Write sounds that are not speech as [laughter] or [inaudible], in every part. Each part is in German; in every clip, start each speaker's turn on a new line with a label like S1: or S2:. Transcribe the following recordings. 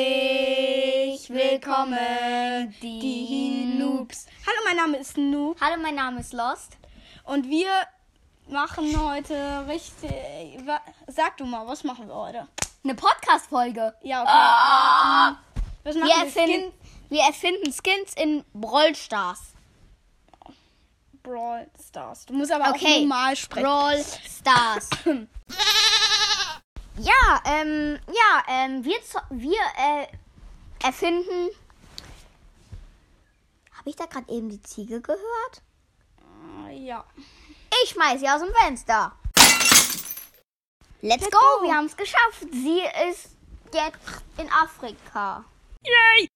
S1: Herzlich willkommen, die Noobs.
S2: Hallo, mein Name ist Noob
S1: Hallo, mein Name ist Lost.
S2: und wir machen heute richtig. wa- Sag du mal, was machen wir heute?
S1: Eine Podcast-Folge.
S2: Ja,
S1: Ah,
S2: okay. Ähm, was machen
S1: Wir
S2: wir? Skin
S1: erfinden, wir erfinden Skins in Brawl Stars.
S2: Brawl Stars. Du musst aber auch
S1: Okay.
S2: normal sprechen.
S1: Brawl [coughs] Stars. ja, ähm, ja, ähm, wir, zo- wir äh, erfinden. Habe ich da gerade eben die Ziege gehört?
S2: Ah, ja.
S1: Ich schmeiß sie aus dem Fenster. Let's, go.
S2: go.
S1: wir haben es geschafft. Sie ist jetzt in Afrika. Yay!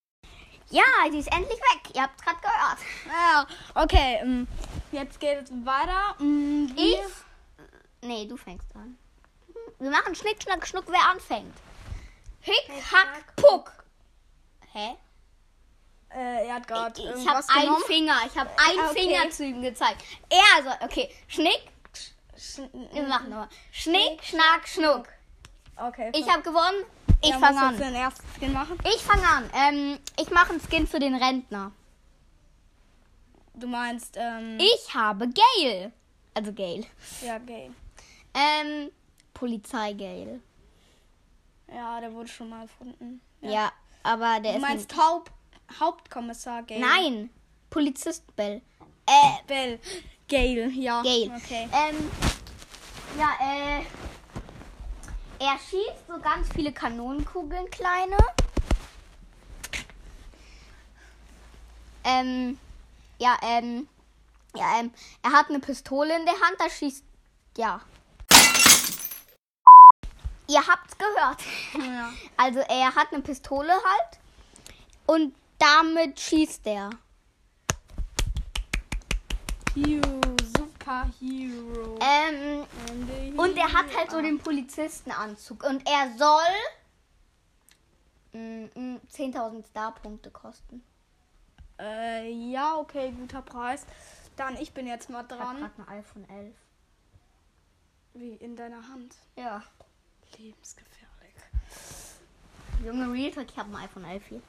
S1: Ja, sie ist endlich weg. Ihr habt es gerade gehört.
S2: Ah, okay, ähm, jetzt geht es weiter. Ähm,
S1: Ich?
S2: wir-
S1: Nee, du fängst an. Wir machen Schnick, Schnack, Schnuck, wer anfängt. Hick, Hack, Puck. Hä?
S2: Äh, er hat gerade
S1: Ich, ich
S2: irgendwas
S1: habe einen
S2: genommen.
S1: Finger. Ich habe einen
S2: Ah, okay.
S1: Finger zu ihm gezeigt. Er soll. Okay, Schnick. Wir
S2: Sch-
S1: machen nochmal. Schnick, Schnack, Schnuck.
S2: Okay.
S1: Ich habe gewonnen. Ich
S2: Ja,
S1: fange
S2: musst
S1: an.
S2: jetzt Den ersten Skin machen.
S1: Ich fange an. Ähm, ich mache einen Skin für den Rentner.
S2: Du meinst, ähm,
S1: Ich habe Gail. Also Gail.
S2: ja, Gay.
S1: Ähm, Polizei Gail.
S2: Ja, der wurde schon mal erfunden.
S1: Ja, aber der
S2: Du
S1: ist.
S2: meinst Haupt, Hauptkommissar Gale?
S1: ein- Nein, Polizist Bell. Äh,
S2: Bell. Gale, ja.
S1: Gail.
S2: Okay.
S1: Ähm, ja, äh. Er schießt so ganz viele Kanonenkugeln, kleine. Ähm, ja, ähm. Ja, ähm, er hat eine Pistole in der Hand, da schießt. Ja. Ihr habt's gehört.
S2: Ja.
S1: [laughs] Also er hat eine Pistole halt und damit schießt er.
S2: Hero, Superhero.
S1: Ähm,
S2: And
S1: und er hat halt so den Polizistenanzug und er soll mm, mm, 10.000 Star-Punkte kosten.
S2: Äh, ja, okay, guter Preis. Dann, ich bin jetzt mal
S1: Ich hab
S2: dran.
S1: grad ein iPhone 11.
S2: Wie in deiner Hand.
S1: Ja.
S2: Lebensgefährlich.
S1: Junge Real Talk, ich hab ein iPhone 11 hier.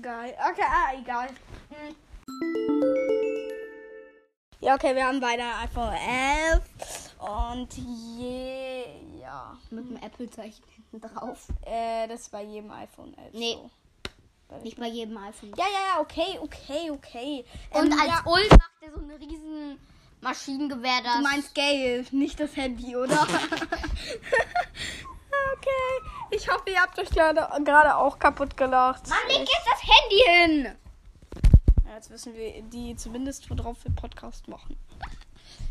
S2: Geil. Okay, ah, egal. Hm. Ja, okay, wir haben beide iPhone 11. Und je, ja.
S1: Mit einem Apple-Zeichen hinten drauf.
S2: Äh, das ist bei jedem iPhone 11
S1: Nee.
S2: so.
S1: Nicht bei jedem iPhone.
S2: Ja, ja, ja, okay, okay, okay.
S1: Und
S2: Ähm,
S1: als
S2: ja,
S1: Ult macht er so eine riesen Maschinengewehr das.
S2: du meinst Gale, nicht das Handy, oder? [laughs] okay. Ich hoffe, ihr habt euch gerade, gerade auch kaputt gelacht.
S1: Mann, leg jetzt das Handy hin!
S2: Ja, jetzt wissen wir die zumindest, worauf wir Podcast machen.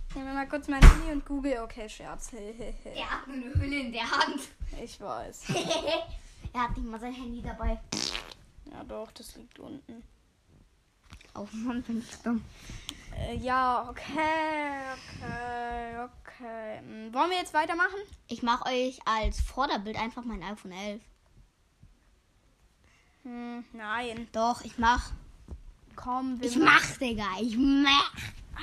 S2: Ich nehme mal kurz mein Handy und google. Okay, Scherz. [laughs] Hehehe.
S1: Der hat nur eine Hülle in der Hand.
S2: ich weiß.
S1: [laughs] er hat nicht mal sein Handy dabei.
S2: Ja, doch, das liegt unten.
S1: Oh Mann, bin ich dumm.
S2: Äh, ja, okay, okay, okay. Hm, Wollen wir jetzt weitermachen?
S1: Ich mache euch als Vorderbild einfach mein iPhone 11.
S2: Hm, nein.
S1: Doch, ich mach.
S2: Komm, wir
S1: Ich mach, Digga. Ich mach.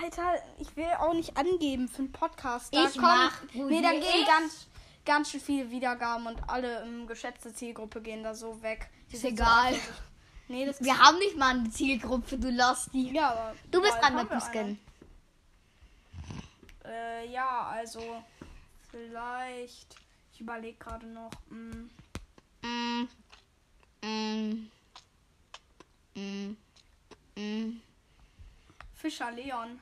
S2: Alter, ich will auch nicht angeben für einen Podcast. Da
S1: Ich
S2: kommen-
S1: mach.
S2: Nee, dann gehen
S1: Ich?
S2: ganz, ganz schön viele Wiedergaben und alle ähm, geschätzte Zielgruppe gehen da so weg. Die
S1: Ist
S2: sind so
S1: egal.
S2: eifersüchtig. nee, das
S1: Wir haben nicht mal eine Zielgruppe, du Losty.
S2: ja, aber
S1: Du bist
S2: bald
S1: dran
S2: haben
S1: mit dem
S2: wir
S1: Skin.
S2: eine. Äh, ja, also vielleicht. Ich überlege gerade noch. hm,
S1: Mm. Mm. Mm. Mm.
S2: Fischer Leon.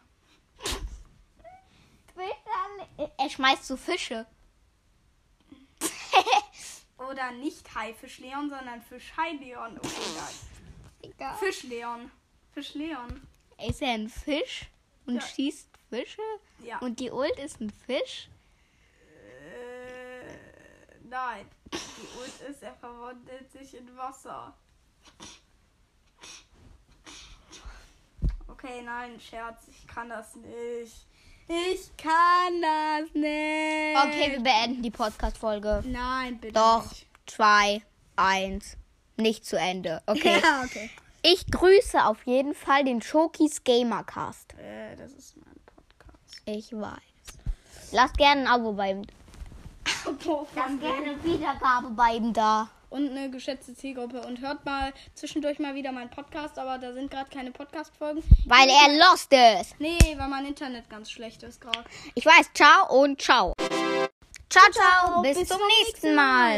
S1: Er schmeißt so Fische.
S2: Oder nicht Haifisch Leon, sondern Fisch Hai Leon. Okay, geil.
S1: Digga.
S2: Fisch Leon. Fisch Leon.
S1: [laughs] Ist er ein Fisch und
S2: Ja.
S1: schießt Fische?
S2: Ja.
S1: Und die Ult ist ein Fisch?
S2: Äh, nein. Die Ult ist, er verwandelt sich in Wasser. Okay, nein, Scherz, ich kann das nicht. Ich kann das nicht.
S1: Okay, wir beenden die Podcast-Folge.
S2: Nein, bitte.
S1: Doch,
S2: Nicht.
S1: zwei, eins. Nicht zu Ende. Okay.
S2: [laughs] Ja, okay.
S1: Ich grüße auf jeden Fall den Chokis Gamercast.
S2: Äh, das ist mein Podcast.
S1: Ich weiß. Lasst gerne ein Abo bei ihm.
S2: Wovon
S1: gerne Wiedergabe bei ihm da.
S2: und eine geschätzte Zielgruppe. Und hört mal zwischendurch mal wieder meinen Podcast, aber da sind gerade keine Podcast-Folgen.
S1: Weil er lost ist.
S2: Nee, weil mein Internet ganz schlecht ist gerade.
S1: Ich weiß, ciao und ciao. Ciao, ciao. Bis, zum nächsten Mal.